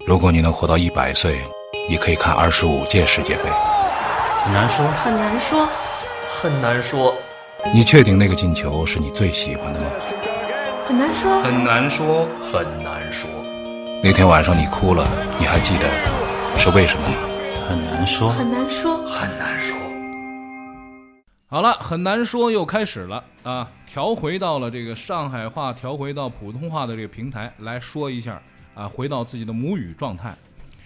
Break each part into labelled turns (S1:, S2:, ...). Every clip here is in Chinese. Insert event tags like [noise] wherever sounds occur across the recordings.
S1: 如果你能活到一百岁，你可以看二十五届世界杯。
S2: 很难说，
S3: 很难说，
S2: 很难说，
S1: 你确定那个进球是你最喜欢的吗？
S3: 很难说，
S2: 很难说，很难说，
S1: 那天晚上你哭了，你还记得是为什么吗？
S4: 很难说，
S3: 很难说。
S2: 很难说。
S5: 好了，很难说，又开始了啊！调回到了这个上海话，调回到普通话的这个平台来说一下啊，回到自己的母语状态。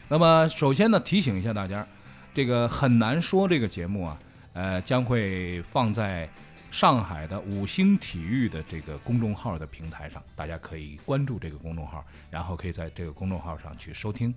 S5: 那么，首先呢，提醒一下大家，这个很难说这个节目啊，呃，将会放在上海的五星体育的这个公众号的平台上，大家可以关注这个公众号，然后可以在这个公众号上去收听。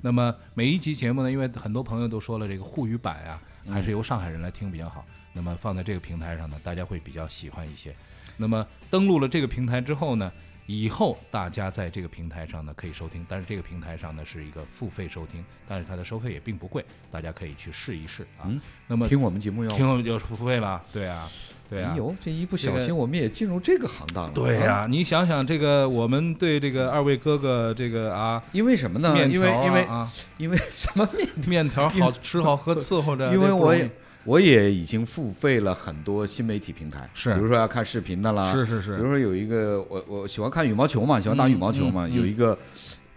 S5: 那么每一集节目呢，因为很多朋友都说了，这个沪语版啊，还是由上海人来听比较好。那么放在这个平台上呢，大家会比较喜欢一些。那么登录了这个平台之后呢，以后大家在这个平台上呢可以收听，但是这个平台上呢是一个付费收听，但是它的收费也并不贵，大家可以去试一试啊。那么
S6: 嗯听我们节目要
S5: 听了就是付费
S6: [laughs]
S5: 了，对啊，对啊
S6: 哎。呦，这一不小
S5: 这个
S6: 心我们也进入这个行当了。
S5: 对呀、你想想这个，我们对这个二位哥哥这个啊，
S6: 因为什么呢？
S5: 面条
S6: 因为
S5: 啊
S6: 因为
S5: 啊，
S6: 因为什么面？
S5: 面条好吃好喝伺候着，
S6: 因为
S5: 这不
S6: 我
S5: 容易
S6: 也我也已经付费了很多新媒体平台，
S5: 是
S6: 比如说要看视频的啦，
S5: 是是是
S6: 比如说有一个我我喜欢看羽毛球嘛，喜欢打
S5: 嗯
S6: 羽毛球嘛，
S5: 嗯嗯
S6: 有一个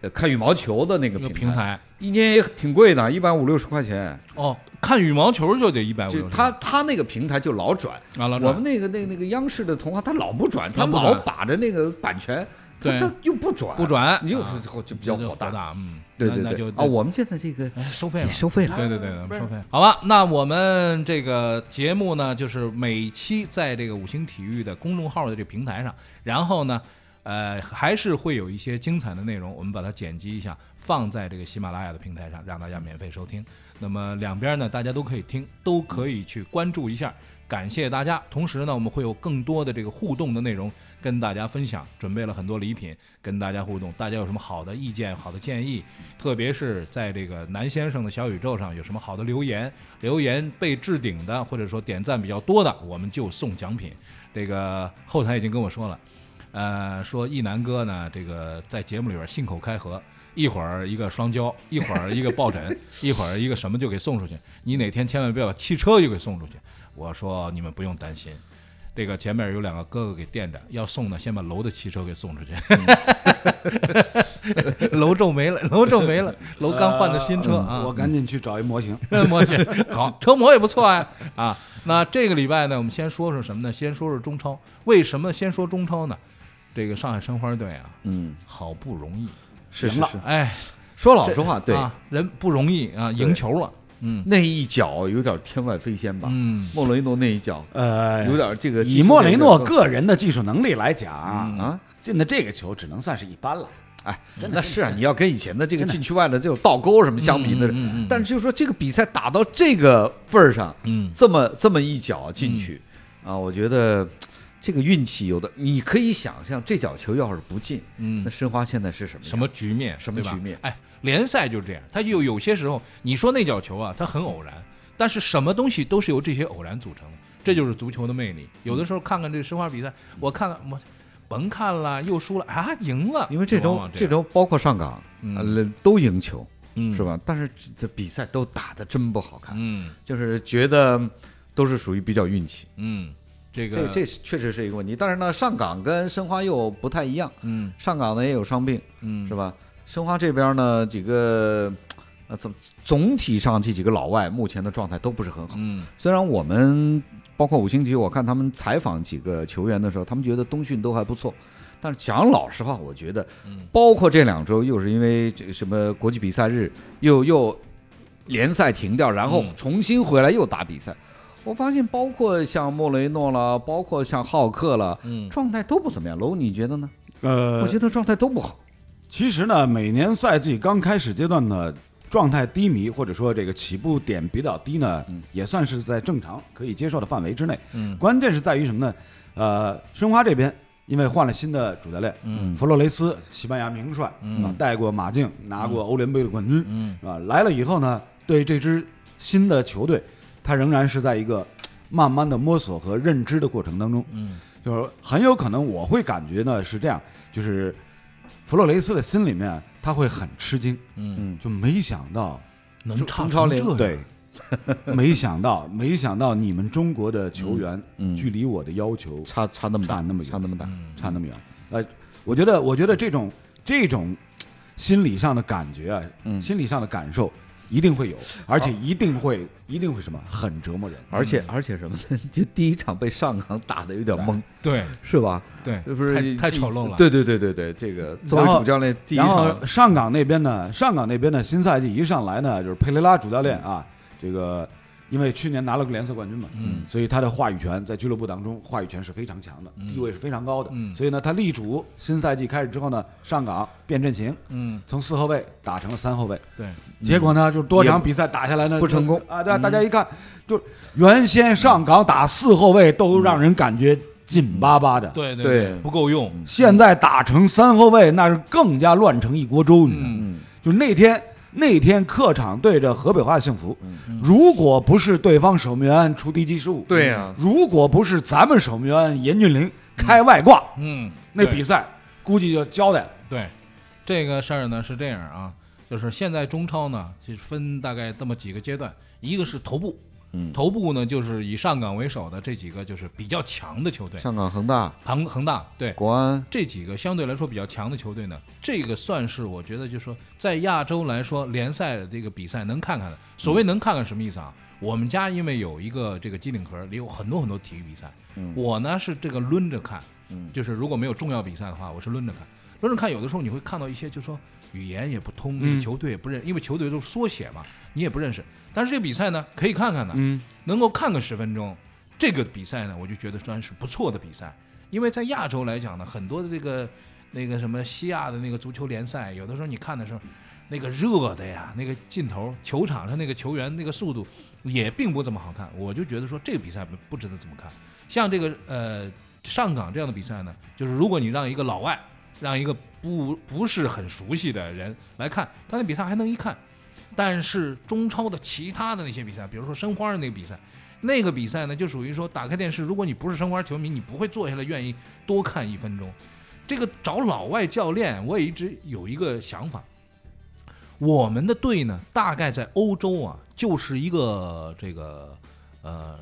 S6: 呃看羽毛球的那个
S5: 这个
S6: 平
S5: 平台
S6: 一年也挺贵的，一百五六十块钱。
S5: 哦，看羽毛球就得一百五
S6: 就
S5: 十，
S6: 他他那个平台就老转，
S5: 啊，老
S6: 我
S5: 张
S6: 们那个那那个央视的同行他老不转，
S5: 他
S6: 他
S5: 不
S6: 老
S5: 转
S6: 把着那个版权，他
S5: 对
S6: 他又不转，
S5: 不转
S6: 你就
S5: 啊
S6: 就就比较
S5: 就
S6: 火大。
S5: 大，嗯，
S6: 对
S5: 那
S6: 对
S5: 那就
S6: 对，啊，我们现在这个
S5: 哎收费了。
S6: 收费了，
S5: 对对对，我们收费了好吧，那我们这个节目呢，就是每期在这个五星体育的公众号的这个平台上，然后呢，呃，还是会有一些精彩的内容，我们把它剪辑一下，放在这个喜马拉雅的平台上，让大家免费收听。那么两边呢，大家都可以听，都可以去关注一下，感谢大家。同时呢，我们会有更多的这个互动的内容跟大家分享，准备了很多礼品跟大家互动。大家有什么好的意见、好的建议，特别是在这个南先生的小宇宙上有什么好的留言，留言被置顶的或者说点赞比较多的，我们就送奖品。这个后台已经跟我说了，呃，说一南哥呢，这个在节目里边信口开河，一会儿一个双焦，一会儿一个抱枕，一会儿一个什么就给送出去。你哪天千万不要把汽车就给送出去。我说你们不用担心，这个前面有两个哥哥给垫着，要送呢，先把楼的汽车给送出去。嗯 [laughs] 楼皱没了，楼皱没了，楼刚换的新车啊。
S4: 嗯我赶紧去找一模型。
S5: 模型 [laughs] 好，车模也不错呀、啊。那这个礼拜呢，我们先说说什么呢？先说说中超。为什么先说中超呢？这个上海申花队啊，
S6: 嗯，
S5: 好不容易，
S6: [laughs] 是是
S4: 赢了
S6: 是。
S5: 哎，
S6: 说老实话，对
S5: 啊，人不容易啊，赢球了，嗯
S6: 那一脚有点天外飞仙吧？
S5: 嗯，哎
S6: 莫雷诺那一脚
S4: 呃，
S6: 有点这个。
S4: 以莫雷诺个人的技术能力来讲，
S6: 啊，
S4: 进的这个球只能算是一般了。
S6: 哎，那是啊，你要跟以前的这个禁区外的这种倒钩什么相比的
S5: 嗯嗯嗯嗯，
S6: 但是就是说这个比赛打到这个份儿上，
S5: 嗯
S6: 这么这么一脚进去，啊，我觉得这个运气有的，你可以想象这脚球要是不进，那
S5: 嗯，
S6: 申花现在是什么样
S5: 什么？局面？
S6: 什么
S5: 对吧
S6: 局面
S5: 哎，联赛就是这样，它就有些时候，你说那脚球啊，它很偶然，但是什么东西都是由这些偶然组成的，这就是足球的魅力。有的时候看看这申花比赛，我看了我。甭看了，又输了啊！赢了，
S6: 因为这
S5: 往
S6: 周
S5: 往这
S6: 这
S5: 样
S6: 周包括上港，
S5: 嗯
S6: 呃，都赢球
S5: 嗯
S6: 是？吧？但是这这比赛都打得真不好看，
S5: 嗯
S6: 就是觉得都是属于比较运气。
S5: 嗯，这
S6: 这
S5: 个
S6: 这是确实是一个问题，但是呢，上港跟申花又不太一样，
S5: 嗯
S6: 上港呢也有伤病，
S5: 嗯
S6: 是吧？申花这边呢几个，呃，总总体上这几个老外目前的状态都不是很好。
S5: 嗯
S6: 虽然我们包括五星体育，我看他们采访几个球员的时候，他们觉得冬训都还不错，但是讲老实话，我觉得
S5: 嗯，
S6: 包括这两周又是因为这什么国际比赛日，又又联赛停掉，然后
S5: 嗯
S6: 重新回来又打比赛，我发现包括像莫雷诺了，包括像浩克了，
S5: 嗯
S6: 状态都不怎么样。楼，你觉得呢？
S4: 呃，
S6: 我觉得状态都不好。
S4: 其实呢，每年赛季刚开始阶段呢，状态低迷或者说这个起步点比较低呢，也算是在正常可以接受的范围之内。
S5: 嗯
S4: 关键是在于什么呢？呃，申花这边因为换了新的主教练，
S5: 嗯
S4: 弗洛雷斯，西班牙名帅，
S5: 嗯
S4: 啊，带过马竞，拿过欧联杯的冠军，
S5: 嗯
S4: 啊，来了以后呢，对这支新的球队，他仍然是在一个慢慢的摸索和认知的过程当中。
S5: 嗯
S4: 就是很有可能我会感觉呢是这样，就是弗洛雷斯的心里面他会很吃惊，
S5: 嗯，
S4: 就没想到，
S5: 能
S6: 中
S5: 唱
S6: 中嗯超
S5: 成
S6: 联
S5: 这样，
S4: 对， [laughs] 没想到，没想到你们中国的球员
S6: 嗯嗯嗯
S4: 距离我的要求
S6: 差差那么大，
S4: 差那么远嗯
S6: 差那么大，
S4: 差那么远。呃，我觉得，我觉得这种这种心理上的感觉啊，
S6: 嗯
S4: 心理上的感受一定会有，而且一定会一定会什么，很折磨人。
S6: 而且而且什么呢？ [laughs] 就第一场被上港打的有点懵，
S5: 对
S6: 是吧？
S5: 对，
S6: 这不是
S5: 太太
S6: 这
S5: 丑陋了，
S6: 对对对对对，这个作
S4: 然
S6: 为
S4: 后
S6: 主教练，第一
S4: 然
S6: 场
S4: 后上港那边呢，上港那边呢，新赛季一上来呢，就是佩雷拉主教练啊，这个因为去年拿了个联赛冠军嘛，嗯，所以他的话语权在俱乐部当中话语权是非常强的，地位是非常高的，
S5: 嗯
S4: 所以呢，他力主新赛季开始之后呢，上港变阵型，
S5: 嗯，
S4: 从四后卫打成了三后卫，
S5: 对，
S4: 结果呢，就多场比赛打下来呢
S6: 嗯不成功嗯
S4: 就啊！对啊，大家一看，就原先上港打四后卫都让人感觉紧巴巴的，
S5: 对
S6: 对嗯
S5: 对，不够用，
S4: 现在打成三后卫那是更加乱成一锅粥，你知道吗？
S5: 嗯
S4: 就那天那天客场对着河北华夏幸福，
S5: 嗯
S4: 如果不是对方守门员出低级失误，
S6: 对啊呀
S5: 嗯
S4: 如果不是咱们守门员严俊凌开外挂，
S5: 嗯，
S4: 那
S5: 对
S4: 比赛估计就交代了。
S5: 对，这个事儿呢是这样啊，就是现在中超呢，就是分大概这么几个阶段，一个是头部，
S6: 嗯
S5: 头部呢就是以上港为首的这几个就是比较强的球队，
S6: 上港恒大、
S5: 恒恒大对。
S6: 国安，
S5: 这几个相对来说比较强的球队呢，这个算是我觉得就是说在亚洲来说联赛的这个比赛能看看的。所谓能看看什么意思啊？我们家因为有一个这个机顶盒，里有很多很多体育比赛，我呢是这个抡着看，就是如果没有重要比赛的话，我是抡着看。抡着看，有的时候你会看到一些，就是说语言也不通，
S4: 嗯
S5: 球队也不认，因为球队都是缩写嘛，你也不认识。但是这个比赛呢，可以看看的，
S4: 嗯，
S5: 能够看个十分钟，这个比赛呢，我就觉得算是不错的比赛，因为在亚洲来讲呢，很多的这个那个什么西亚的那个足球联赛，有的时候你看的时候，那个热的呀，那个劲头，球场上那个球员那个速度也并不怎么好看，我就觉得说这个比赛不不值得怎么看。像这个呃上港这样的比赛呢，就是如果你让一个老外，让一个不不是很熟悉的人来看，他那比赛还能一看。但是中超的其他的那些比赛，比如说申花的那个比赛，那个比赛呢，就属于说打开电视，如果你不是申花球迷，你不会坐下来愿意多看一分钟。这个找老外教练，我也一直有一个想法。我们的队呢，大概在欧洲啊，就是一个这个呃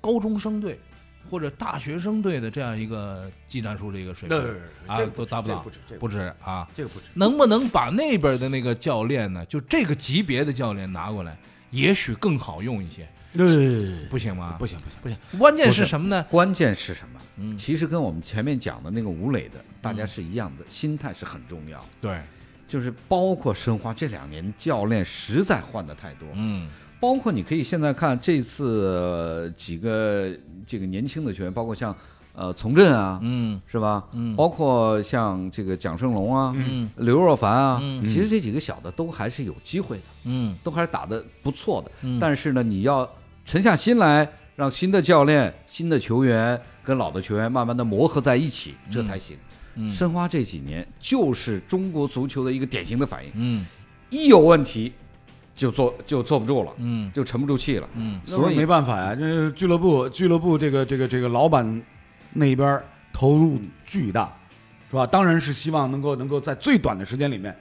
S5: 高中生队或者大学生队的这样一个技战术的一个水平啊
S4: 这个，
S5: 都达不
S4: 这
S5: 到，
S4: 个不止这个
S5: 不止啊。
S4: 这个不止。
S5: 能不能把那边的那个教练呢，就这个级别的教练拿过来，也许更好用一些，
S4: 对，
S5: 哎不行吗？
S4: 不行不行，
S5: 不行，关键是什么呢？
S6: 关键是什么？
S5: 嗯
S6: 其实跟我们前面讲的那个吴磊的，大家是一样的，心态是很重要的。
S5: 对，
S6: 就是包括申花这两年教练实在换的太多，
S5: 嗯
S6: 包括你可以现在看这次呃几个这个年轻的球员，包括像呃从振啊，
S5: 嗯
S6: 是吧？
S5: 嗯
S6: 包括像这个蒋胜龙啊，
S5: 嗯
S6: 刘若凡啊，
S5: 嗯
S6: 其实这几个小的都还是有机会的，
S5: 嗯
S6: 都还是打得不错的。
S5: 嗯
S6: 但是呢，你要沉下心来，让新的教练、新的球员跟老的球员慢慢的磨合在一起，这
S5: 嗯
S6: 才行。申花这几年就是中国足球的一个典型的反应，
S5: 嗯
S6: 一有问题就坐就坐不住了，
S5: 嗯
S6: 就沉不住气了。
S5: 嗯，
S4: 所
S6: 所
S4: 以
S6: 以
S4: 没办法呀，这俱乐部俱乐部这个这个这个老板那边儿投入巨大，是吧？当然是希望能够能够在最短的时间里面，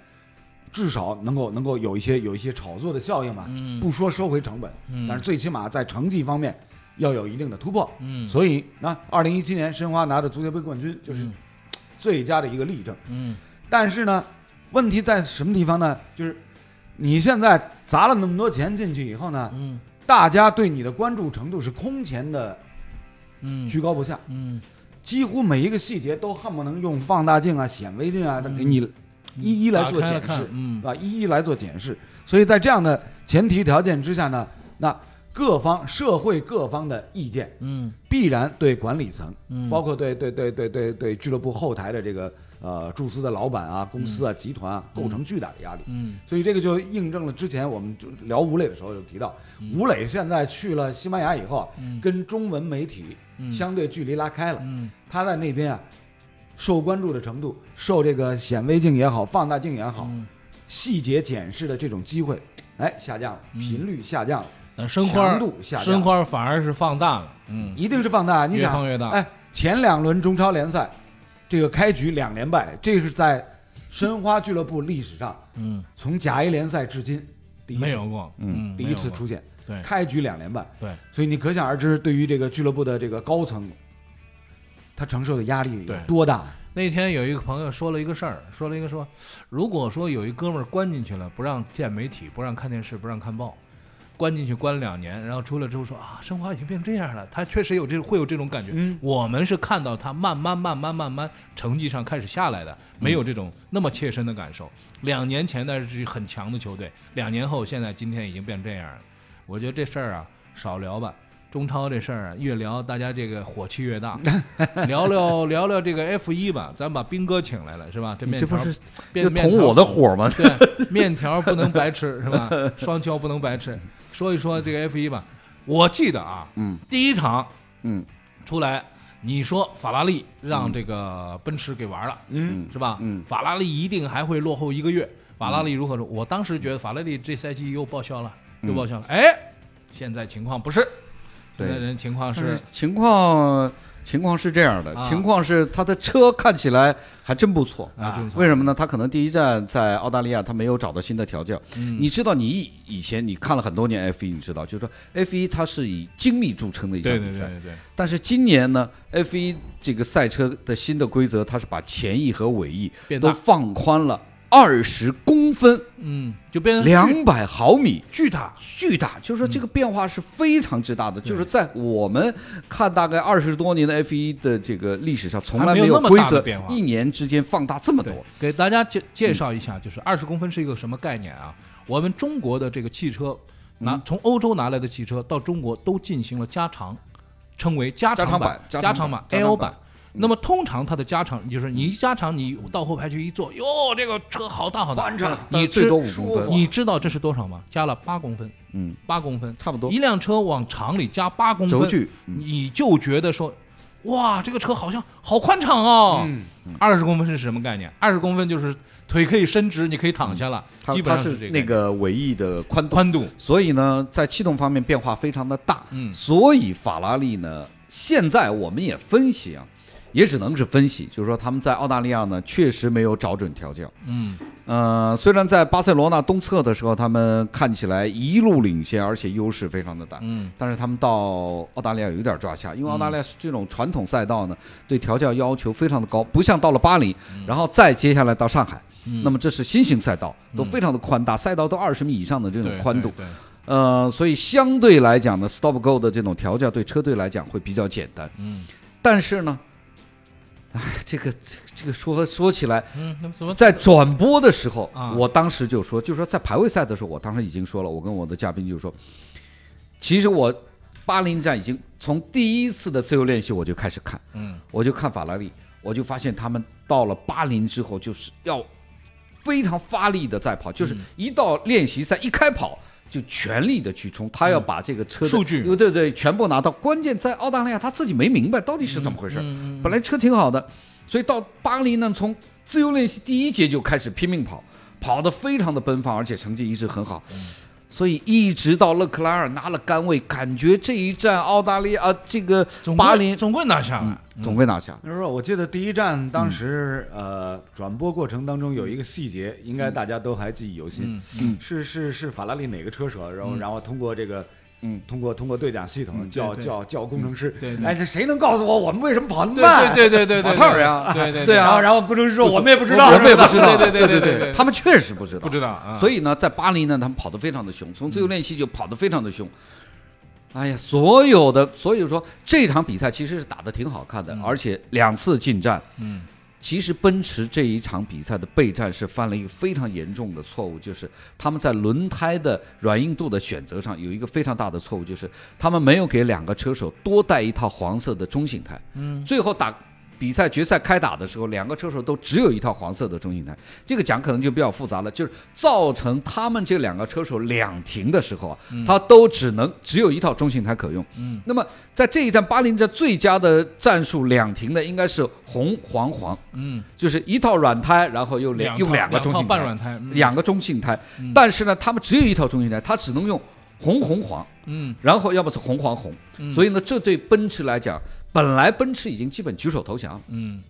S4: 至少能够能够有一些有一些炒作的效应嘛。
S5: 嗯
S4: 不说收回成本，
S5: 嗯
S4: 但是最起码在成绩方面要有一定的突破。
S5: 嗯
S4: 所以那二零一七年申花拿着足协杯冠军就是最佳的一个例证。
S5: 嗯
S4: 但是呢，问题在什么地方呢？就是你现在砸了那么多钱进去以后呢，
S5: 嗯
S4: 大家对你的关注程度是空前的
S5: 嗯
S4: 居高不下，
S5: 嗯
S4: 几乎每一个细节都恨不能用放大镜啊、显微镜啊，它给你一一来做
S5: 嗯打开
S4: 解
S5: 了
S4: 释
S5: 看，嗯
S4: 啊，一一来做解释。所以在这样的前提条件之下呢，那各方社会各方的意见
S5: 嗯
S4: 必然对管理层，
S5: 嗯
S4: 包括对对对对对对俱乐部后台的这个呃注资的老板啊、公司啊、集团啊，构成巨大的压力。
S5: 嗯
S4: 所以这个就印证了之前我们就聊吴磊的时候就提到，
S5: 嗯
S4: 吴磊现在去了西班牙以后啊，跟中文媒体相对距离拉开了。
S5: 嗯
S4: 他在那边啊，受关注的程度，受这个显微镜也好，放大镜也好，
S5: 嗯
S4: 细节检视的这种机会，哎，下降了，
S5: 嗯
S4: 频率下降了，
S5: 那申花
S4: 强度下降
S5: 申花反而是放大了，嗯
S4: 一定是放大。你
S5: 越
S4: 想，
S5: 放越大
S4: 哎，前两轮中超联赛，这个开局两连败，这是在申花俱乐部历史上
S5: 嗯，
S4: 从甲 A 联赛至今第一次
S5: 没有过，嗯，
S4: 第一次出
S5: 现，
S4: 现，
S5: 对
S4: 开局两连败，
S5: 对，
S4: 所以你可想而知，对于这个俱乐部的这个高层，他承受的压力有
S5: 对
S4: 多大？啊
S5: 那天有一个朋友说了一个事儿，说了一个说，如果说有一哥们儿关进去了，不让见媒体，不让看电视，不让看报，关进去关两年，然后出来之后说啊，申花已经变这样了，他确实有这会有这种感觉。
S4: 嗯
S5: 我们是看到他慢慢慢慢慢慢成绩上开始下来的，
S6: 嗯
S5: 没有这种那么切身的感受。两年前那是很强的球队，两年后现在今天已经变这样了。我觉得这事儿啊少聊吧。中超这事儿啊，越聊大家这个火气越
S6: [laughs]
S5: 大，聊聊聊聊这个 F 一吧，咱把斌哥请来了是吧？这
S6: 你
S5: 面
S6: 这
S5: 条
S6: 不是
S5: 变面
S6: 捅
S5: 条
S6: 我的火吗？
S5: 对，面条不能白吃是吧？
S6: [laughs]
S5: 双敲不能白吃。说一说这个 F 一吧，我记得啊，
S6: 嗯，
S5: 第一场
S6: 嗯
S5: 出来，你说法拉利让这个奔驰给玩了，
S4: 嗯，
S5: 是吧？
S6: 嗯
S5: 法拉利一定还会落后一个月。法拉利如何说？我当时觉得法拉利这赛季又报销了，
S6: 嗯
S5: 又报销了。哎，现在情况不是，现
S6: 对
S5: 在人情况
S6: 但
S5: 是
S6: 是情况情况是这样的，
S5: 啊
S6: 情况是他的车看起来还真不错。
S5: 啊，就是
S6: 为什么呢？他可能第一站在澳大利亚，他没有找到新的调教。
S5: 嗯
S6: 你知道，你以以前你看了很多年 F 一，你知道，就是说 F 一它是以精密著称的一项
S5: 对
S6: 比
S5: 对对
S6: 赛。
S5: 对对，
S6: 但是今年呢，F 一这个赛车的新的规则，它是把前翼和尾翼
S5: 变大
S6: 都放宽了二十公分，
S5: 嗯，就变成巨
S6: 两百毫米。
S5: 巨大，
S6: 巨大，就是说这个变化是非常之大
S5: 嗯
S6: 的，就是在我们看大概二十多年的 F 一的这个历史上，从来
S5: 还没有那么
S6: 规
S5: 大的
S6: 则
S5: 变化
S6: 一年之间放大这么多
S5: 对。，给大家介介绍一下，就是
S6: 嗯
S5: 二十公分是一个什么概念啊？我们中国的这个汽车，
S6: 嗯
S5: 拿从欧洲拿来的汽车到中国都进行了加长，称为加
S6: 加长
S5: 版
S6: 版、加
S5: 加
S6: 长
S5: 长
S6: 版加嗯长
S5: L
S6: 版
S5: 版。那么通常它的加长就是你一加长，你到后排去一坐，哟，这个车好大好大，
S4: 宽敞
S5: 你
S6: 嗯最
S5: 知
S6: 多五公分
S5: 你知道这是多少吗？加了八公分，
S6: 嗯，
S5: 八公分，
S6: 差不多
S5: 一辆车往长里加八公
S6: 轴
S5: 分，
S6: 距嗯
S5: 你就觉得说，哇，这个车好像好宽敞哦。
S6: 嗯
S5: 二十公分是什么概念？二十公分就是腿可以伸直，你可以躺下了，
S6: 它
S5: 基本
S6: 它
S5: 上
S6: 是
S5: 这
S6: 那
S5: 个
S6: 个尾翼的宽度，
S5: 宽度。
S6: 所以呢，在气动方面变化非常的大。
S5: 嗯
S6: 所以法拉利呢，现在我们也分析啊，也只能是分析，就是说他们在澳大利亚呢，确实没有找准调教。
S5: 嗯，
S6: 呃，虽然在巴塞罗那东侧的时候，他们看起来一路领先，而且优势非常的大。
S5: 嗯，
S6: 但是他们到澳大利亚有点抓瞎，因为澳大利亚是这种传统赛道呢，对调教要求非常的高，不像到了巴黎，
S5: 嗯
S6: 然后再接下来到上海，那么这是新型赛道，都非常的宽大，赛道都二十米以上的这种
S5: 嗯对
S6: 宽度，
S5: 对对
S6: 呃，所以相对来讲呢，stop go 的这种调教对车队来讲会比较简单，
S5: 嗯
S6: 但是呢，哎，这个这个这个说说起来，
S5: 嗯，那么怎么
S6: 在转播的时候，
S5: 啊
S6: 我当时就说，就说在排位赛的时候，我当时已经说了，我跟我的嘉宾就说，其实我八零站已经从第一次的自由练习我就开始看，
S5: 嗯
S6: 我就看法拉利，我就发现他们到了八零之后就是要非常发力的在跑，
S5: 嗯
S6: 就是一到练习赛一开跑。就全力的去冲，他要把这个车的
S5: 数据
S6: 对对对，全部拿到。关键在澳大利亚，他自己没明白到底是怎么回
S5: 嗯
S6: 事。本来车挺好的，所以到巴黎呢，从自由练习第一节就开始拼命跑，跑得非常的奔放，而且成绩一直很好。
S5: 嗯
S6: 所以一直到勒克莱尔拿了杆位，感觉这一站澳大利亚、呃这个
S5: 总归
S6: 巴黎
S5: 总归拿下
S6: 嗯
S5: 了？
S6: 总归拿下。
S4: 那时候我记得第一站当
S6: 嗯
S4: 时、呃转播过程当中有一个细节，应该大家都还记忆犹新，
S6: 嗯
S4: 是是是法拉利哪个车手，然后、然后通过这个。
S6: 嗯
S4: 通过通过对讲系统叫、
S5: 对
S4: 叫叫工程师，
S5: 对对
S4: 哎，这谁能告诉我我们为什么跑那么慢？
S5: 对对对对对，
S6: 老套儿呀
S5: 对对
S6: [laughs] 对啊
S4: 然后然后工程师说我们也不知道，
S6: 我们也不知道，
S5: 对对对
S6: 对
S5: 对对
S6: 他们确实不知道，
S5: 不知道啊
S6: 所以呢，在巴黎呢，他们跑得非常的凶，从自由练习就跑得非常的凶。哎呀，所有的，所以说这场比赛其实是打得挺好看的，而且两次进站。
S5: 嗯
S6: 其实奔驰这一场比赛的备战是犯了一个非常严重的错误，就是他们在轮胎的软硬度的选择上有一个非常大的错误，就是他们没有给两个车手多带一套黄色的中性胎。
S5: 嗯，
S6: 最后打比赛决赛开打的时候，两个车手都只有一套黄色的中性胎。这个讲可能就比较复杂了，就是造成他们这两个车手两停的时候啊，他都只能只有一套中性胎可用。
S5: 嗯，
S6: 那么在这一站巴林站最佳的战术两停的应该是红黄黄。
S5: 嗯，
S6: 就是一套软胎，然后又
S5: 两
S6: 两用
S5: 套
S6: 两个中
S5: 套
S6: 性
S5: 半软胎，嗯
S6: 两个中性胎。但是呢，他们只有一套中性胎，他只能用红红黄，
S5: 嗯
S6: 然后要么是红黄红。所以呢，这对奔驰来讲，本来奔驰已经基本举手投降了，
S5: 嗯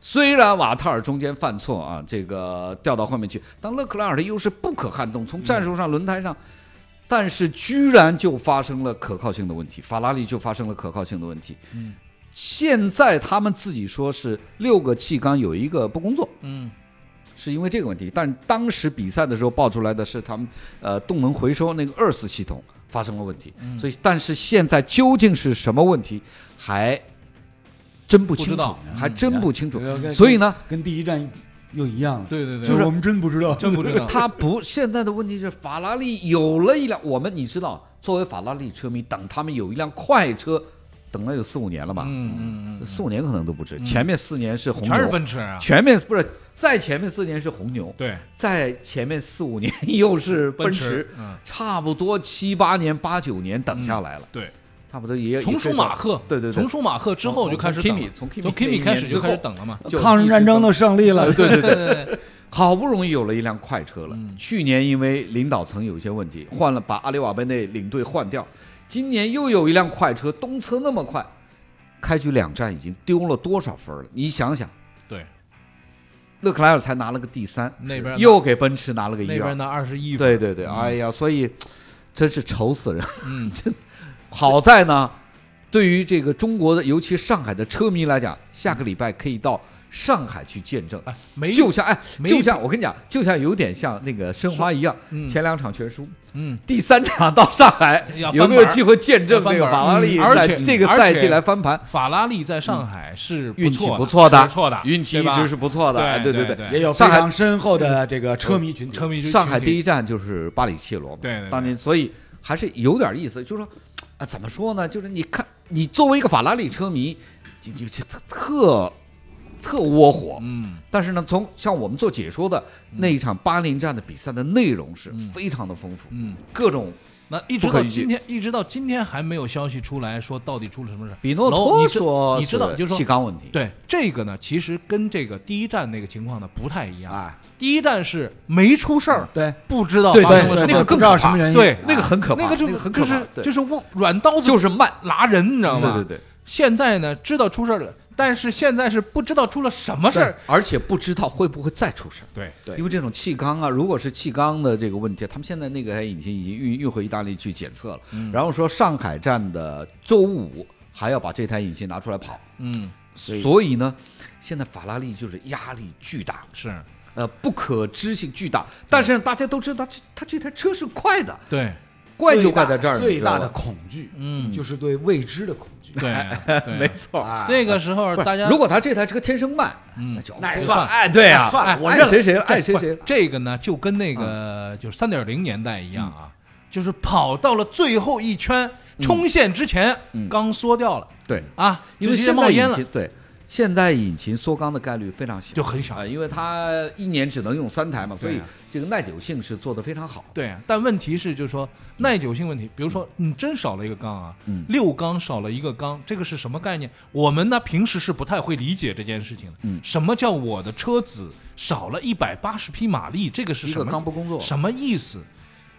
S6: 虽然瓦塔尔中间犯错啊，这个掉到后面去，但勒克莱尔的优势不可撼动，从战术上、轮胎上，但是居然就发生了可靠性的问题，法拉利就发生了可靠性的问题。嗯，现在他们自己说是六个气缸有一个不工作，
S5: 嗯，
S6: 是因为这个问题，但当时比赛的时候爆出来的是他们呃动能回收那个二次系统发生了问题，所以但是现在究竟是什么问题还真不
S5: 不
S6: 清楚，
S5: 知道
S6: 还真不清楚。
S4: 嗯
S6: 所以呢，
S4: 跟第一站又
S6: 嗯
S4: 一样了，
S5: 对对对，
S4: 就是我们真不知道，
S5: 真不知道。
S6: [laughs] 他不现在的问题是法拉利有了一辆我们你知道，作为法拉利车迷，等他们有一辆快车，等了有四五年了吧？
S5: 嗯嗯嗯，
S6: 四五年可能都不止，前面四年是红牛，
S5: 全是奔驰啊，
S6: 前面不是在前面四年是红牛，
S5: 对，
S6: 在前面四五年又是奔
S5: 奔驰嗯
S6: 差不多七八年、八九年等下来了，
S5: 对，
S6: 差不多呃也
S5: 从舒马赫，
S6: 对对对哦
S5: 从舒马赫之后就开始等了，
S6: 从从 Kimi- 从
S5: 从
S6: Kimi 那一
S5: Kimi
S6: 年
S5: 开始
S6: 之
S5: 就开始
S6: 后
S5: 等了嘛，
S6: 就
S4: 抗日战争
S6: 的
S4: 都胜利了，
S6: 呃对对对，
S5: 对嗯对，
S6: [laughs] 好不容易有了一辆快车了。去年因为领导层有一些问题，换了把阿里瓦贝内领队换掉，今年又有一辆快车，东车那么快，开局两站已经丢了多少分了？你想想，
S5: 对，
S6: 勒克莱尔才拿了个第三，
S5: 那边
S6: 又给奔驰拿了个一
S5: 那
S6: 二
S5: 边，拿二十一分，
S6: 对对对，哎呀，所以真是愁死人。
S5: 嗯，
S6: [laughs] 好在呢，对于这个中国的，尤其上海的车迷来讲，下个礼拜可以到上海去见证。
S5: 嗯哎，没
S6: 就像哎，
S5: 没
S6: 就像我跟你讲，就像有点像那个申花一样，
S5: 嗯
S6: 前两场全输，
S5: 嗯，
S6: 第三场到上海
S5: 要翻
S6: 有没有
S5: 本儿
S6: 机会见证
S5: 要翻
S6: 这个
S5: 本儿
S6: 法拉利
S5: 嗯而
S6: 在
S5: 且
S6: 这个
S5: 而
S6: 赛
S5: 且
S6: 季来翻盘？
S5: 法拉利在上海是
S6: 运气
S5: 不
S6: 不错
S5: 的，
S6: 的，
S5: 不错的，
S6: 运气
S5: 对
S6: 一
S5: 吧
S6: 直是不错的。哎
S5: 对
S6: 对
S5: 对
S6: 对，
S4: 也有非
S6: 上海
S4: 常深厚的这个车迷群体
S5: 车。迷就
S6: 上海第
S5: 一，
S6: 一站就是巴黎切罗嘛，
S5: 对对对
S6: 当年所以还是有点意思，就是说啊，怎么说呢？就是你看，你作为一个法拉利车迷，就就就特特特窝火，
S5: 嗯，
S6: 但是呢，从像我们做解说的那一场巴林站的比赛的内容是非常的丰富，
S5: 嗯，
S6: 各种
S5: 那一直
S6: 不可
S5: 到
S6: 预计
S5: 今天，一直到今天还没有消息出来说到底出了什么事。
S6: 比诺
S5: 然后
S6: 托
S5: 你知
S6: 说
S5: 你知道，
S6: 是
S5: 就是
S6: 气
S5: 说，
S6: 缸问题，
S5: 对这个呢，其实跟这个第一站那个情况呢不太一样。
S6: 哎，
S5: 第一站是没出事
S6: 嗯
S5: 儿，
S4: 对，
S5: 不知道
S6: 对
S5: 发
S6: 对
S5: 生了
S6: 对
S5: 什
S6: 那
S5: 么
S6: 个
S4: 不
S6: 更
S4: 知道
S6: 可
S4: 什么
S6: 怕
S4: 原因，
S5: 对
S6: 那个很可怕，
S5: 那个就
S6: 很可
S5: 就
S6: 怕
S5: 是，
S6: 对
S5: 就是我软刀子
S6: 就是慢，
S5: 拿人，你知道
S6: 对
S5: 吗？
S6: 对对。
S5: 现在呢，知道出事儿了，但是现在是不知道出了什么事
S6: 对
S5: 儿。，
S6: 而且不知道会不会再出事儿。
S5: 对
S4: 对
S6: 因为这种气缸啊，如果是气缸的这个问题，他们现在那个引擎已经运运回意大利去检测了，然后说上海站的周五还要把这台引擎拿出来跑，
S5: 嗯，
S6: 所以呢，现在法拉利就是压力巨大，
S5: 是
S6: 呃，不可知性巨大。但是呢大家都知道，这它这台车是快的，
S5: 对，
S6: 怪就怪在这儿，
S4: 最大
S6: 你知
S4: 的
S6: 道吧
S4: 恐惧，
S5: 嗯
S4: 就是对未知的恐
S6: [laughs]
S4: 惧。
S5: [laughs] 对，对。
S6: 没错。
S4: 啊，
S5: 这个时候
S6: 不是
S5: 大家
S6: 如果他这台车天生慢，那就
S4: 那也
S5: 算
S4: 了
S6: 哎，对啊，
S4: 算了
S6: 哎嗯
S4: 我认
S6: 爱
S4: 了
S6: 谁谁了，爱谁谁了。
S5: 这个呢，就跟那个就是三点零年代一样
S6: 嗯
S5: 啊，就是跑到了最后一圈冲线之前，刚缩掉了
S6: 对，
S5: 啊，
S6: 因
S5: 就
S6: 为
S5: 直接
S6: 现
S5: 冒
S6: 在
S5: 烟
S6: 引
S5: 了
S6: 擎，对，现在引擎缩缸的概率非常小，
S5: 就很小
S6: 啊，因为它一年只能用三台嘛，所
S5: 对
S6: 以
S5: 啊
S6: 这个耐久性是做得非常好。
S5: 对啊，但问题是，就是说耐久性问题，比如说你真少了一个缸啊，
S6: 嗯
S5: 六缸少了一个缸，这个是什么概念？我们呢平时是不太会理解这件事情的。
S6: 嗯
S5: 什么叫我的车子少了一百八十匹马力？这个是
S6: 一
S5: 什
S6: 个
S5: 么
S6: 缸不工作，
S5: 什么意思？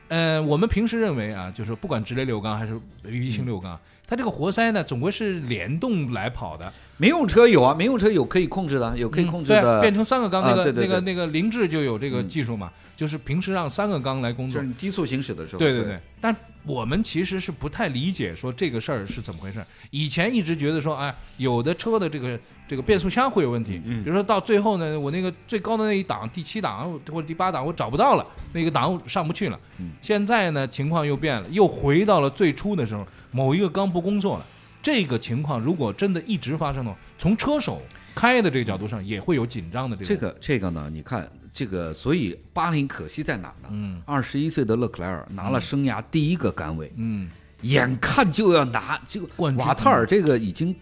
S5: 呃，我们平时认为啊，就是不管直列六缸还是鱼性六
S6: 嗯
S5: 缸，它这个活塞呢总归是联动来跑的，
S6: 民用车有啊，民用车有可以控制的，有可以
S5: 嗯
S6: 控制
S5: 对啊
S6: 的，
S5: 变成三个缸。那
S6: 啊
S5: 个
S6: 对对嗯
S5: 那个
S6: 对
S5: 那个凌志就有这个技术嘛，就是平时让三个缸来工
S6: 就
S5: 作
S6: 是。你低速行驶的时候，
S5: 对
S6: 对
S5: 对，，但我们其实是不太理解说这个事儿是怎么回事儿。以前一直觉得说，哎，有的车的这个这个变速箱会有问题，比如说到最后呢，我那个最高的那一档第七档或者第八档我找不到了，那个档上不去了。现在呢，情况又变了，又回到了最初的时候，某一个缸不工作了。这个情况如果真的一直发生的话，从车手开的这个角度上也会有紧张的这种。
S6: 这个这个呢，你看这个，所以巴林可惜在哪儿呢？
S5: 嗯，
S6: 二十一岁的勒克莱尔拿了生涯第一个杆位，
S5: 嗯，
S6: 眼看就要拿这个
S5: 冠军
S6: 瓦特尔这个已经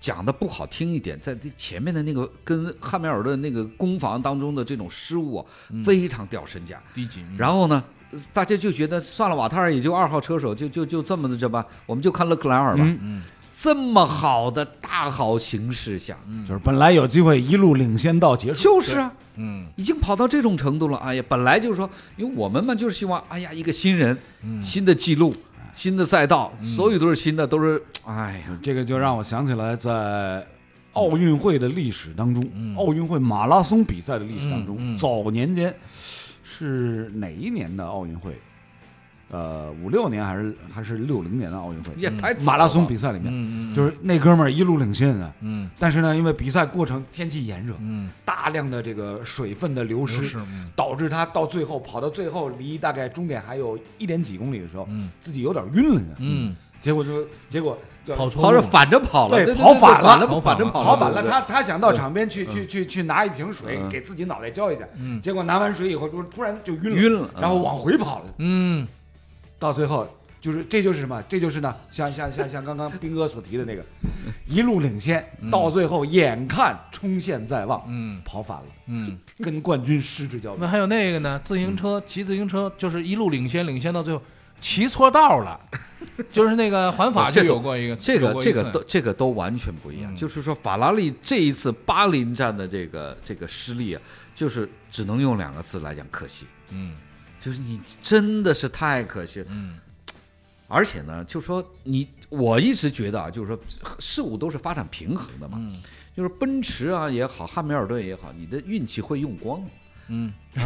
S6: 讲的不好听一点，在这前面的那个跟汉密尔顿那个攻防当中的这种失误、啊，
S5: 嗯
S6: 非常掉身价。
S5: 低级。嗯
S6: 然后呢，呃大家就觉得算了，瓦特尔也就二号车手，就就就这么着吧，我们就看勒克莱尔吧。
S5: 嗯
S6: 这么好的大好形势下，
S4: 就是本来有机会一路领先到结束，
S6: 就是啊，
S5: 嗯，
S6: 已经跑到这种程度了，哎呀，本来就是说，因为我们嘛，就是希望，哎呀，一个新人，新的记录，新的赛道，所有都是新的，都是，哎呀，
S4: 这个就让我想起来在奥运会的历史当中，奥运会马拉松比赛的历史当中，
S5: 嗯嗯
S4: 早年间是哪一年的奥运会？呃，五六年还是还是六零年的奥运会？
S6: 也太早了吧
S4: 马拉松比赛里面，
S5: 嗯嗯
S4: 就是那哥们儿一路领先啊。
S5: 嗯
S4: 但是呢，因为比赛过程天气炎热，
S5: 嗯，
S4: 大量的这个水分的流失，
S5: 流失嗯
S4: 导致他到最后跑到最后离大概终点还有一点几公里的时候，
S5: 嗯
S4: 自己有点晕了，
S5: 嗯，
S4: 结果就结果对
S5: 跑错
S6: 跑着反着跑了，
S4: 对
S6: 对对
S4: 跑
S6: 对
S4: 反
S6: 反
S4: 了
S6: 跑
S5: 跑
S6: 反
S5: 反
S6: 着
S5: 了
S6: 跑
S4: 跑反了，
S6: 对
S4: 他他想到场边去去去去拿一瓶水
S6: 嗯
S4: 给自己脑袋浇一下，
S5: 嗯
S4: 结果拿完水以后突突然就晕了，
S6: 晕了
S4: 然后往回跑了，
S5: 嗯，
S4: 到最后就是这就是什么？这就是呢，像像像像刚刚斌哥所提的那个，一路领先，到最后眼看冲线在望，
S5: 嗯
S4: 跑反了，
S5: 嗯，
S4: 跟冠军失之交臂
S5: 那。还有那个
S6: 嗯
S5: 呢，自行车骑自行车就是一路领先，领先到最后骑错道了， [laughs] 就是那个环法啊就有过一个，
S6: 哦这
S5: 有
S6: 个
S5: 过一
S6: 这
S5: 次
S6: 个都这个都完全不一样。
S5: 嗯
S6: 就是说，法拉利这一次巴林站的这个这个失利啊，就是只能用两个字来讲，可惜。
S5: 嗯
S6: 就是你真的是太可惜了。
S5: 嗯
S6: 而且呢，就说你，我一直觉得啊，就是说事物都是发展平衡的嘛。
S5: 嗯
S6: 就是奔驰啊也好，汉密尔顿也好，你的运气会用光的
S5: 嗯，
S6: 啊、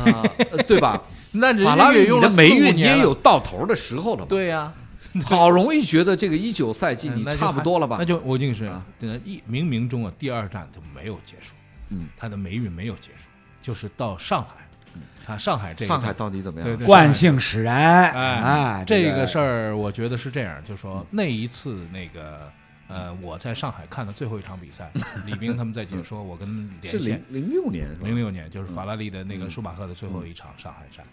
S6: 呃对吧？
S5: 那 [laughs] 人
S6: 法拉
S5: 家
S6: 利
S5: 也
S6: 你
S5: 用
S6: 的
S5: 了
S6: 霉
S5: 四五
S6: 运你
S5: 年了
S6: 也有到头的时候了嘛。，
S5: 对呀， [laughs] 哎
S6: 好容易觉得这个一九赛季
S5: 嗯
S6: 你
S5: 那就
S6: 差不多了吧？
S5: 那就我定是
S6: 啊
S5: 对一冥冥中啊，第二站就没有结束，
S6: 嗯，
S5: 他的霉运没有结束，就是到上海，啊，上海这个
S6: 上海到底怎么样？
S5: 对对
S4: 惯性使然，
S5: 哎
S4: 哎，，
S5: 这个
S4: 儿。
S5: 事儿我觉得是这样，就
S6: 嗯
S5: 说那一次那个。呃，我在上海看的最后一场比
S6: [laughs]
S5: 赛，李冰他们在解说，我跟他们
S6: 是
S5: 连线
S6: 零，零六年是吧？嗯
S5: 零六年就是法拉利的那个舒马赫的最后一场上海站，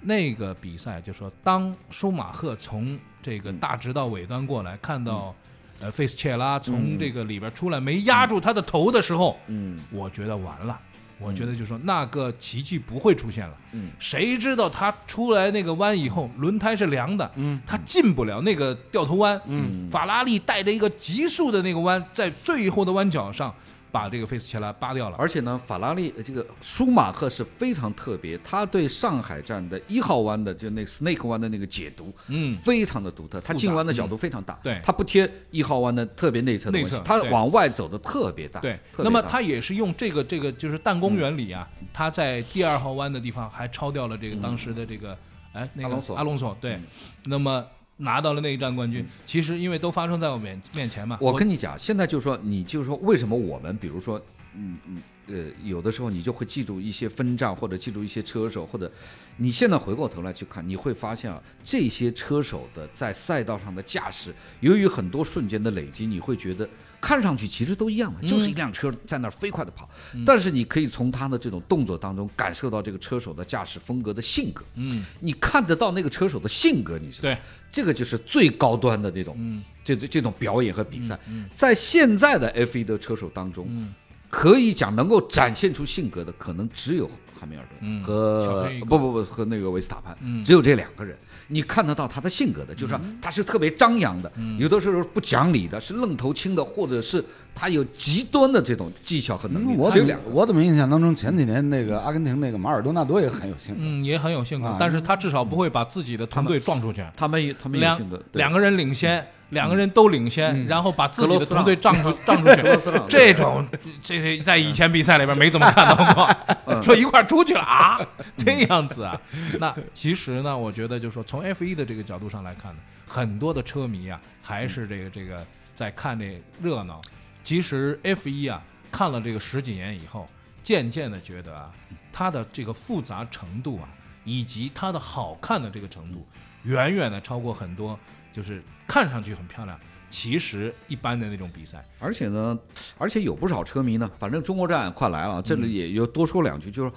S5: 那个比赛就说，当舒马赫从这
S6: 嗯
S5: 个大直到尾端过来，看到呃费斯切拉从这个里边出来没压住他的头的时候，
S6: 嗯，
S5: 我觉得完了。我觉得就说那个奇迹不会出现了，
S6: 嗯
S5: 谁知道他出来那个弯以后，轮胎是凉的，嗯，他进不了那个掉头弯，嗯，法拉利带着一个急速的那个弯，在最后的弯角上把这个费斯切拉扒掉了，
S6: 而且呢，法拉利呃这个舒马赫是非常特别，他对上海站的一号弯的就那 Snake 弯的那个解读，
S5: 嗯
S6: 非常的独特。他
S5: 杂嗯
S6: 进弯的角度非常大，
S5: 对
S6: 他不贴一号弯的特别内侧的
S5: 内
S6: 弯
S5: 侧
S6: 他
S5: 对
S6: 往外走的特别大，
S5: 对，
S6: 特别
S5: 那么
S6: 大嗯
S5: 他也是用这个这个就是弹弓原理啊，他在第二号弯的地方还超掉了这个当时的这个哎那个
S6: 嗯阿隆索嗯
S5: 阿隆索对，那么拿到了那一站冠军。其实因为都发生在我面面前嘛，
S6: 我跟你讲，现在就是说，你就是说，为什么我们比如说，嗯嗯呃，有的时候你就会记住一些分站，或者记住一些车手，或者你现在回过头来去看，你会发现啊，这些车手的在赛道上的驾驶，由于很多瞬间的累积，你会觉得。看上去其实都一样的，
S5: 嗯
S6: 就是一辆车在那儿飞快的跑，但是你可以从他的这种动作当中感受到这个车手的驾驶风格的性格，
S5: 嗯，
S6: 你看得到那个车手的性格，你知道吗
S5: 对，
S6: 这个就是最高端的这种，
S5: 嗯
S6: 这这这种表演和比赛，在现在的 F 1的车手当中，
S5: 嗯
S6: 可以讲能够展现出性格的，可能只有汉密尔顿、
S5: 嗯小
S6: 和
S5: 黑一个
S6: 不不不和那个维斯塔潘，
S5: 嗯
S6: 只有这两个人。你看得到他的性格的，就是说他是特别张扬的，
S5: 嗯
S6: 有的时候不讲理的，是愣头青的，或者是他有极端的这种技巧和能
S5: 嗯
S6: 力。
S4: 嗯我
S6: 只有
S4: 怎
S6: 两
S4: 么
S6: 个。
S4: 我怎么印象当中前几年那个阿根廷那个马尔多纳多也很有性格，
S5: 嗯，也很有性格
S4: 啊，
S5: 但是他至少不会把自己的团队撞出去，
S6: 嗯他们有他们有
S5: 两
S6: 性格，对嗯
S5: 两个人领先。两个人都领先，然后把自己
S6: 格
S5: 的
S6: 罗斯
S5: 团
S6: [laughs]
S5: 队
S6: 让
S5: 撞出撞出去
S6: 格罗斯让，
S5: 这种这这在以前比赛里边没怎么看到过， [laughs] 说一块儿出去了啊，这样子啊。那其实呢，我觉得就是说从 F 1的这个角度上来看呢，很多的车迷啊还是这个这个在看这热闹。其实 F 1啊看了这个十几年以后，渐渐的觉得啊，它的这个复杂程度啊，以及它的好看的这个程度，远远的超过很多就是看上去很漂亮，其实一般的那种比赛。
S6: 而且呢，而且有不少车迷呢，反正中国站快来了，这
S5: 嗯
S6: 里也有多说两句，就是。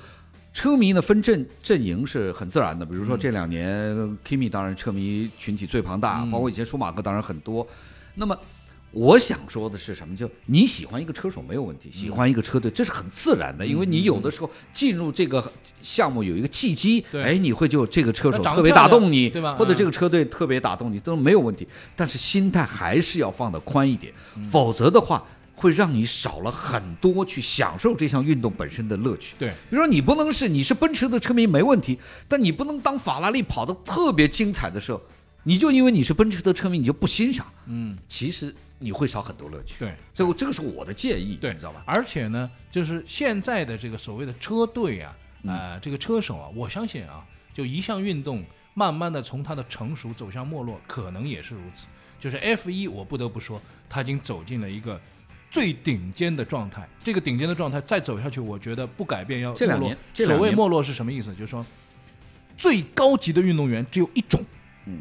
S6: 车迷呢分阵阵营是很自然的，比
S5: 嗯
S6: 如说这两年 Kimi 当然车迷群体最庞大，
S5: 嗯
S6: 包括以前舒马赫当然很多。那么我想说的是什么？就你喜欢一个车手没有问题，喜
S5: 嗯
S6: 欢一个车队这是很自然的，因为你有的时候进入这个项目有一个契机，
S5: 对
S6: 哎，你会就这个车手
S5: 那长得
S6: 特别
S5: 漂
S6: 打
S5: 亮
S6: 动你，
S5: 对吧
S6: 或者
S5: 嗯
S6: 这个车队特别打动你都没有问题，但是心态还是要放得宽一点，
S5: 嗯
S6: 否则的话会让你少了很多去享受这项运动本身的乐趣。
S5: 对，
S6: 比如说你不能是你是奔驰的车迷没问题，但你不能当法拉利跑得特别精彩的时候，你就因为你是奔驰的车迷你就不欣赏。
S5: 嗯，
S6: 其实你会少很多乐趣。
S5: 对，
S6: 所以我这个是我的建议，
S5: 对，
S6: 你知道吧？
S5: 而且呢，就是现在的这个所谓的车队啊，
S6: 嗯
S5: 呃，这个车手啊，我相信啊，就一项运动慢慢的从它的成熟走向没落，可能也是如此。就是 F 一，我不得不说，它已经走进了一个最顶尖的状态。这个顶尖的状态再走下去，我觉得不改变要
S6: 这两
S5: 没落
S6: 年这两
S5: 所谓
S6: 年
S5: 没落是什么意思？就是说，最高级的运动员只有一种，
S6: 嗯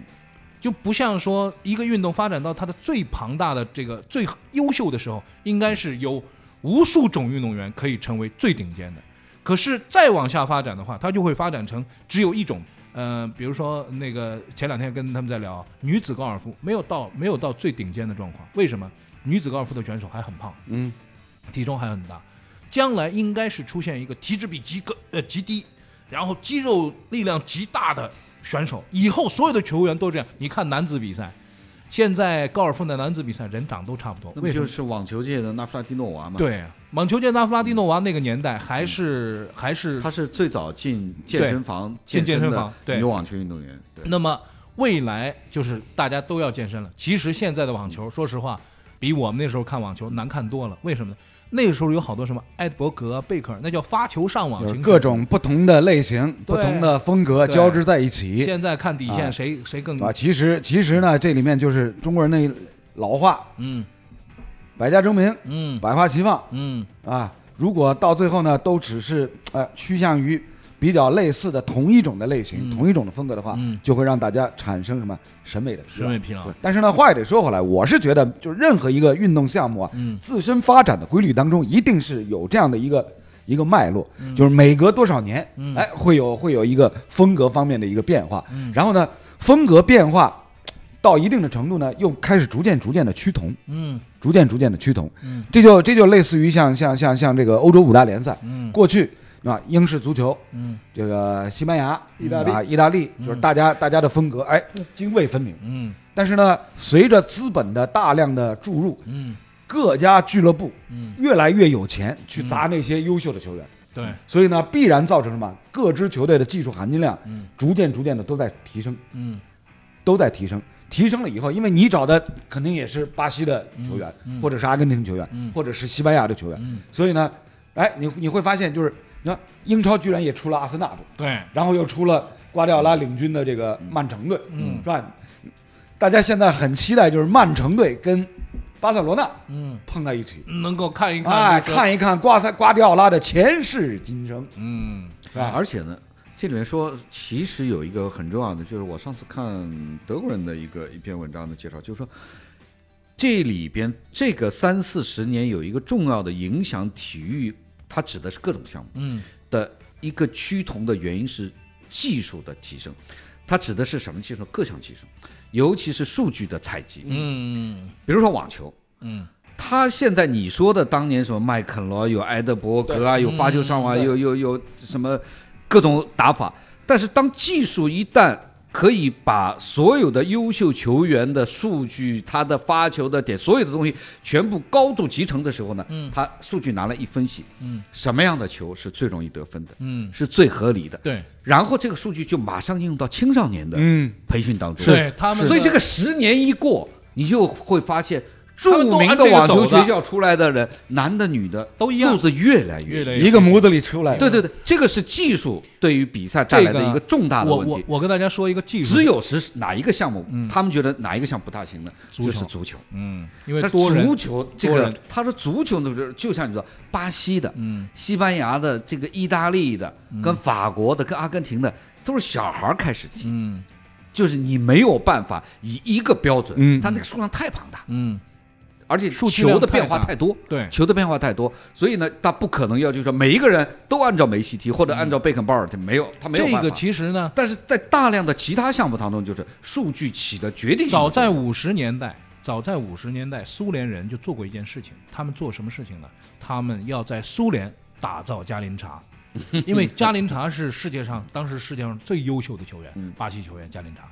S5: 就不像说一个运动发展到它的最庞大的这个最优秀的时候，应
S6: 嗯
S5: 该是有无数种运动员可以成为最顶尖的。可是再往下发展的话，它就会发展成只有一种，呃，比如说那个前两天跟他们在聊女子高尔夫，没有到没有到最顶尖的状况，为什么？女子高尔夫的选手还很胖，嗯，体重还很大，将来应该是出现一个体脂比极高呃极低，然后肌肉力量极大的选手。以后所有的球员都这样。你看男子比赛，现在高尔夫的男子比赛人长都差不多，
S6: 那
S5: 为
S6: 不
S5: 什
S6: 就
S5: 么？
S6: 是网球界的纳夫拉蒂诺娃嘛？，
S5: 对，网球界纳夫拉蒂诺娃那个年代还是、还是
S6: 他是最早进健身房
S5: 进健身
S6: 的
S5: 房对
S6: 女网球运动员。对，
S5: 那么未来就是大家都要健身了。其实现在的网球，说实话，比我们那时候看网球难看多了。为什么呢？那个时候有好多什么埃德伯格、贝克尔，那叫发球上网
S4: 有
S5: 型
S4: 各种不同的类型、不同的风格
S5: 对
S4: 交织在一起，
S5: 现在看底线谁、谁更
S4: 啊，其实其实呢，这里面就是中国人的老话
S5: 嗯
S4: “百家争鸣，
S5: 嗯
S4: 百花齐放
S5: 嗯”
S4: 啊。如果到最后呢，都只是呃趋向于比较类似的同一种的类型、同一种的风格的话，
S5: 嗯
S4: 就会让大家产生什么审美的疲
S5: 审
S4: 劳。
S5: 美疲劳
S4: 对。但是呢，话也得说回来，我是觉得，就任何一个运动项目啊，
S5: 嗯
S4: 自身发展的规律当中，一定是有这样的一个一个脉络，
S5: 嗯
S4: 就是每隔多少年，哎，会有会有一个风格方面的一个变化，
S5: 嗯
S4: 然后呢，风格变化到一定的程度呢，又开始逐渐逐渐的趋同，
S5: 嗯
S4: 逐渐逐渐的趋同，这就这就类似于像像像像这个欧洲五大联赛，
S5: 嗯
S4: 过去。啊，英式足球，
S5: 嗯，
S4: 这个西班牙、意大利啊，意大利就是大家大家的风格，哎，泾渭分明。
S5: 嗯
S4: 但是呢，随着资本的大量的注入，
S5: 嗯，
S4: 各家俱乐部
S5: 嗯
S4: 越来越有钱去砸那些优秀的球员，
S5: 对，
S4: 所以呢，必然造成什么？各支球队的技术含金量
S5: 嗯
S4: 逐渐逐渐的都在提升，
S5: 嗯
S4: 都在提升。提升了以后，因为你找的肯定也是巴西的球员，或者是阿根廷球员，或者是西班牙的球员，
S5: 嗯
S4: 所以呢，哎，你你会发现就是，你看英超居然也出了阿森纳队，
S5: 对，
S4: 然后又出了瓜迪奥拉领军的这个曼城队，
S5: 嗯
S4: 是吧？大家现在很期待就是曼城队跟巴塞罗那
S5: 嗯，
S4: 碰在一起，
S5: 能够看一看，
S4: 哎，
S5: 就是
S4: 看一看瓜塞瓜迪奥拉的前世今生，
S5: 嗯
S4: 是吧？
S6: 啊而且呢，这里面说其实有一个很重要的，就是我上次看德国人的一个一篇文章的介绍，就是说这里边这个三四十年有一个重要的影响体育，它指的是各种项目。
S5: 嗯
S6: 的一个趋同的原因是技术的提升，它指的是什么技术？各项技术，尤其是数据的采集。
S5: 嗯
S6: 比如说网球，
S5: 嗯，
S6: 它现在你说的当年什么麦肯罗有埃德伯格啊，有发球上
S5: 嗯
S6: 网啊，有有有什么各种打法，但是当技术一旦可以把所有的优秀球员的数据、他的发球的点，所有的东西全部高度集成的时候呢，嗯，他数据拿来一分析，
S5: 嗯，
S6: 什么样的球是最容易得分的，
S5: 嗯，
S6: 是最合理的，
S5: 对，
S6: 然后这个数据就马上应用到青少年的
S4: 嗯，
S6: 培训当中。
S5: 对他们的，
S6: 所以这个十年一过，你就会发现，
S5: 他们
S6: 著
S5: 都按
S6: 名
S5: 这
S6: 的
S5: 个
S6: 网球
S5: 走的
S6: 学校出来的人，男的女的
S5: 都一样
S6: 路子越来越
S5: 越来越
S4: 一个模子里出来的，
S6: 对对对，这个是技术对于比赛带来的一个重大的
S5: 我
S6: 问
S5: 我
S6: 题。
S5: 我跟大家说一个技术，
S6: 只有是哪一个项目，他们觉得哪一个项目不大行呢？
S5: 足
S6: 就是
S5: 球
S6: 足球。
S5: 嗯，因为
S6: 他
S5: 多人
S6: 足球这
S5: 多
S6: 个
S5: 人，
S6: 他说足球呢，就是就像你说巴西的、
S5: 嗯
S6: 西班牙的、这个意大利的、跟法国的、跟阿根廷的，都是小孩儿开始踢，
S5: 嗯
S6: 就是你没有办法以一个标准，
S4: 嗯
S6: 他那个数量太庞大，
S5: 嗯，
S6: 而且
S5: 数据
S6: 球
S5: 量
S6: 的
S5: 太
S6: 变化
S5: 大哎
S6: 太多，
S5: 对
S6: 球的变化太多，所以呢，他不可能要求说每一个人都按照梅西踢或者按照贝肯鲍尔踢，没有，他没有
S5: 这
S6: 办
S5: 个
S6: 法。
S5: 其实呢，
S6: 但是在大量的其他项目当中，就是数据起的决定性的
S5: 早在
S6: 作用
S5: 五十年代，早在五十年代，苏联人就做过一件事情，他们做什么事情呢？他们要在苏联打造加林
S6: [laughs]
S5: 查，因为加林查是世界上当时世界上最优秀的球
S6: 嗯
S5: 员，巴西球员加林查，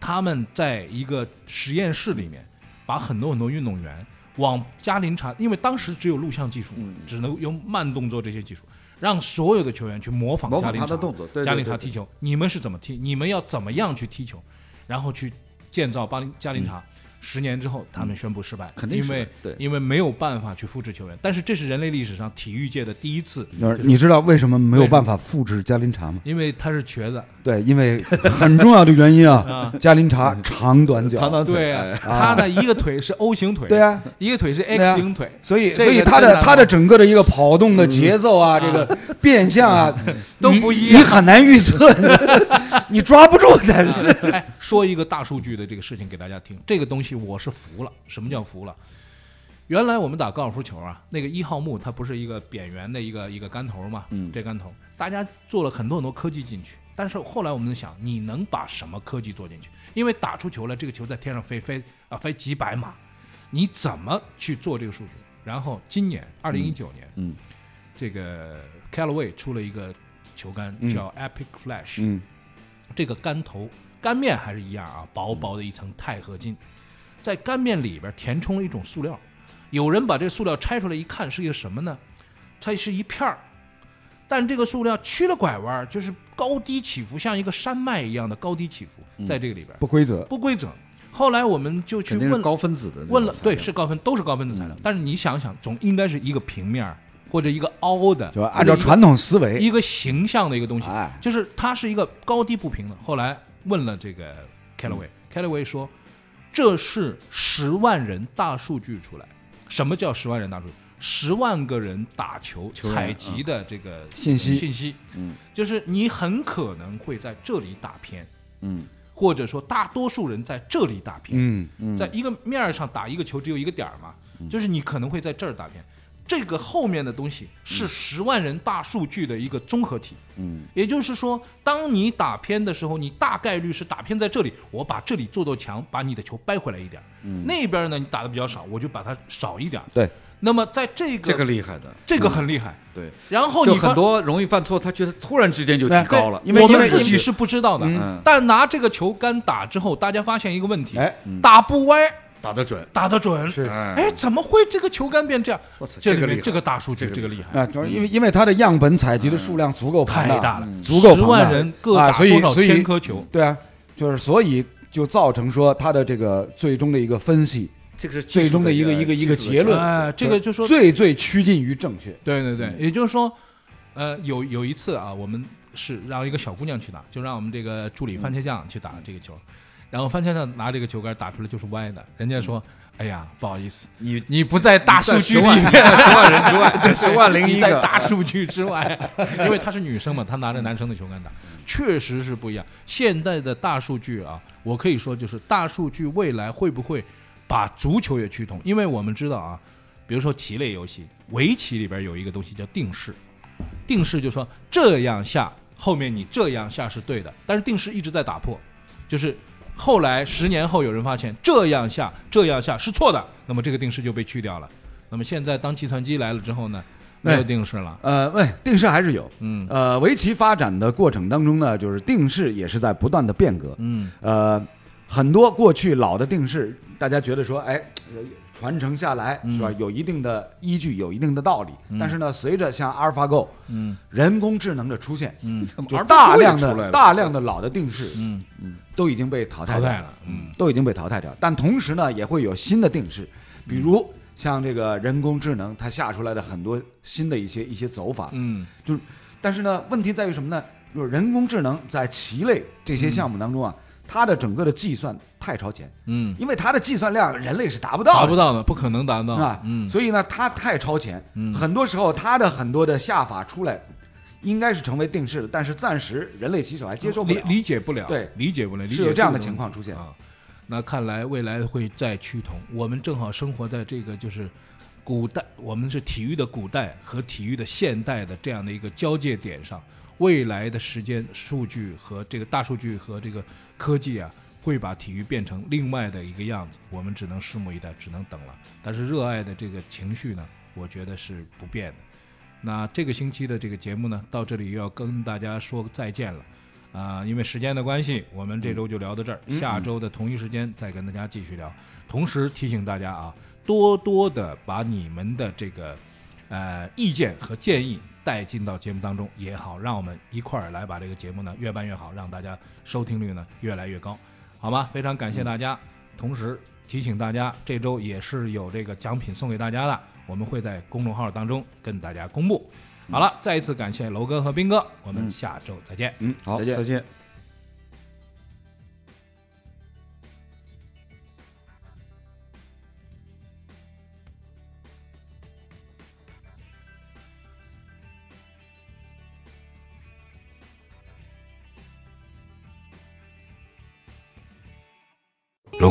S5: 他们在一个实验室里面，把很多很多运动员往加林查，因为当时只有录像技术，
S6: 嗯
S5: 只能用慢动作这些技术。让所有的球员去模仿
S6: 模
S5: 加
S6: 仿
S5: 林
S6: 他
S5: 查
S6: 的动作对对
S5: 加林查
S6: 对
S5: 踢球，你们是怎么踢？你们要怎么样去踢球？然后去建造巴林加林查。十年之后他们宣布失败，
S6: 肯定
S5: 因
S6: 是的
S5: 为
S6: 对
S5: 因为没有办法去复制球员。但是这是人类历史上体育界的第一次，
S4: 你知道为什么没有办法复制加林茶吗？
S5: 因为他是瘸子，
S4: 对，因为很重要的原
S5: [laughs]
S4: 因啊，加林茶长短脚，
S6: 长短腿，
S5: 对啊，他的一个腿是 O 型腿，
S4: 对啊，
S5: 一个腿是
S4: 对
S5: X
S4: 啊
S5: 型腿，
S4: 所以
S5: 这
S4: 所以
S5: 个
S4: 他
S5: 真啊
S4: 的
S5: 难
S4: 他的整个的一个跑动的节奏啊，这个变向啊，
S5: [laughs] 都
S4: 你
S5: 不一
S4: 你 [laughs]
S5: 样
S4: 很难预测， [laughs] 你抓不住他。
S5: [laughs] 哎，说一个大数据的这个事情给大家听，这个东西我是服了。什么叫服了？原来我们打高尔夫球啊，那个一号木它不是一个扁圆的一个一个杆头嘛，
S6: 嗯
S5: 这杆头大家做了很多很多科技进去，但是后来我们想，你能把什么科技做进去？因为打出球来，这个球在天上飞飞啊飞几百码，你怎么去做这个数据？然后今年二零一九年，
S6: 嗯
S5: 这个 Callaway 出了一个球杆
S4: 嗯
S5: 叫 Epic Flash，、
S4: 嗯，
S5: 这个杆头杆面还是一样啊，薄薄的一层钛合金，在杆面里边填充了一种塑料。有人把这塑料拆出来一看，是一个什么呢？它是一片儿，但这个塑料曲了拐弯儿，就是高低起伏，像一个山脉一样的高低起伏，在这个里边
S4: 不规则。
S5: 不规则。后来我们就去
S6: 肯定
S5: 问
S6: 是高分子的这种材哎料。
S5: 问了，对，是高分，都是高分子材料。但是你想想，总应该是一个平面儿或者一个凹的，
S4: 就按照传统思维，
S5: 一个形象的一个东西
S4: 哎，
S5: 就是它是一个高低不平的。后来问了这个 Callaway，Callaway 说这是十万人大数据出来。什么叫十万人大数据？十万个人打球
S6: 员
S5: 采集的这个
S4: 信息
S5: 信息，
S6: 嗯，
S5: 就是你很可能会在这里打偏，
S6: 嗯，
S5: 或者说大多数人在这里打偏，
S4: 嗯，
S5: 在一个面儿上打一个球只有一个点儿嘛，
S6: 嗯
S5: 就是你可能会在这儿打偏。这个后面的东西是十万人大数据的一个综合体，
S6: 嗯，
S5: 也就是说，当你打偏的时候，你大概率是打偏在这里，我把这里做做墙，把你的球掰回来一点儿，
S6: 嗯
S5: 那边呢你打的比较少，我就把它少一点儿。
S4: 对，
S5: 那么在这个
S6: 这个厉害的，
S5: 这个很厉害，
S6: 对，
S5: 然后
S6: 就
S5: 哦你发
S6: 很多容易犯错，他觉得突然之间就提
S4: 对
S6: 高了，
S4: 因为
S5: 我
S4: 因
S5: 们
S4: 为
S5: 自己是不知道的，
S6: 嗯
S5: 但拿这个球杆打之后，大家发现一个问题，
S4: 哎
S5: 打不歪，
S6: 打得准。
S5: 打得准，
S4: 是
S5: 哎，怎么会这个球杆变这样？
S6: 我操
S5: 这
S6: 这个
S5: 里面
S6: 厉害
S5: 这个大数据，
S6: 这
S5: 这个
S6: 个厉
S5: 厉
S6: 害
S5: 害，
S4: 啊，就是因为因为它的样本采集的数量足够庞
S5: 太大了，
S6: 嗯
S4: 足够
S5: 十
S4: 庞
S5: 万
S4: 大
S5: 人各
S4: 啊
S5: 打
S4: 所
S5: 多
S4: 以
S5: 少
S4: 所以
S5: 千颗球？
S4: 对啊，就是所以就造成说它的这个最终的一个分析，
S6: 这个是技术
S4: 最终的一个
S6: 一
S4: 一个一个
S6: 技术
S4: 结论，
S5: 哎这个就说
S4: 最最趋近于正确。
S5: 对对
S6: 嗯
S5: 对，也就是说，呃，有有一次啊，我们是让一个小姑娘去打，就让我们这个助理番茄酱去打这个球，然后番茄酱拿这个球杆打出来就是歪的，人家说，哎呀，不好意思，
S6: 嗯你
S5: 你不在大数据里面。
S6: 十万人之
S4: [laughs]
S6: 外，十万零
S5: 你
S6: 一
S5: 在
S6: 个，
S5: 大数据之外， [laughs] 因为她是女生嘛，她拿着男生的球杆打，确实是不一样。现在的大数据啊，我可以说就是大数据未来会不会把足球也趋同？因为我们知道啊，比如说棋类游戏，围棋里边有一个东西叫定式，定式就说这样下，后面你这样下是对的，但是定式一直在打破，就是。后来十年后，有人发现这样下这样下是错的，那么这个定式就被去掉了。那么现在当计算机来了之后呢，
S4: 哎
S5: 没有
S4: 对
S5: 定式了。
S4: 呃，喂，定式还是有，
S5: 嗯
S4: 呃，围棋发展的过程当中呢，就是定式也是在不断的变革，
S5: 嗯，
S4: 呃，很多过去老的定式，大家觉得说，哎，呃传承下来
S5: 嗯
S4: 是吧，有一定的依据，有一定的道理。但是呢，随着像阿尔法狗，
S5: 嗯，
S4: 人工智能的出现，
S5: 嗯，
S4: 就大量
S6: 出来
S4: 的
S6: 了
S4: 大量的老的定式，
S5: 嗯
S4: 都已经被淘汰
S5: 淘
S4: 掉
S5: 汰了嗯，
S4: 都已经被淘汰掉。但同时呢，也会有新的定式，比如像这个人工智能，它下出来的很多新的一些一些走法，
S5: 嗯
S4: 就是，但是呢，问题在于什么呢？就是人工智能在棋类这些项目当中啊，它的整个的计算太超前，
S5: 嗯，
S4: 因为它的计算量人类是达不到的，
S5: 达不到的，不可能达到
S4: 啊
S5: 的。，嗯，
S4: 所以呢，它太超前，很多时候它的很多的下法出来，应该是成为定式的，但是暂时人类棋手还接受不
S5: 理
S4: 了，
S5: 理解不了，
S4: 对
S5: 理解不了，理解
S4: 是有这样的
S5: 不了
S4: 情况出现
S5: 啊。那看来未来会再趋同。我们正好生活在这个就是古代，我们是体育的古代和体育的现代的这样的一个交界点上。未来的时间、数据和这个大数据和这个科技啊，会把体育变成另外的一个样子。我们只能拭目以待，只能等了。但是热爱的这个情绪呢，我觉得是不变的。那这个星期的这个节目呢，到这里又要跟大家说再见了。啊、因为时间的关系，我们这周就聊到这儿，下周的同一时间再跟大家继续聊。同时提醒大家啊，多多的把你们的这个呃意见和建议带进到节目当中也好，让我们一块儿来把这个节目呢越办越好，让大家收听率呢越来越高，好吗？非常感谢大家，同时提醒大家，这周也是有这个奖品送给大家的，我们会在公众号当中跟大家公布。好了，再一次感谢楼哥和斌哥，我们下周再见。
S6: 嗯，好，
S4: 再见
S6: 再见。
S1: 如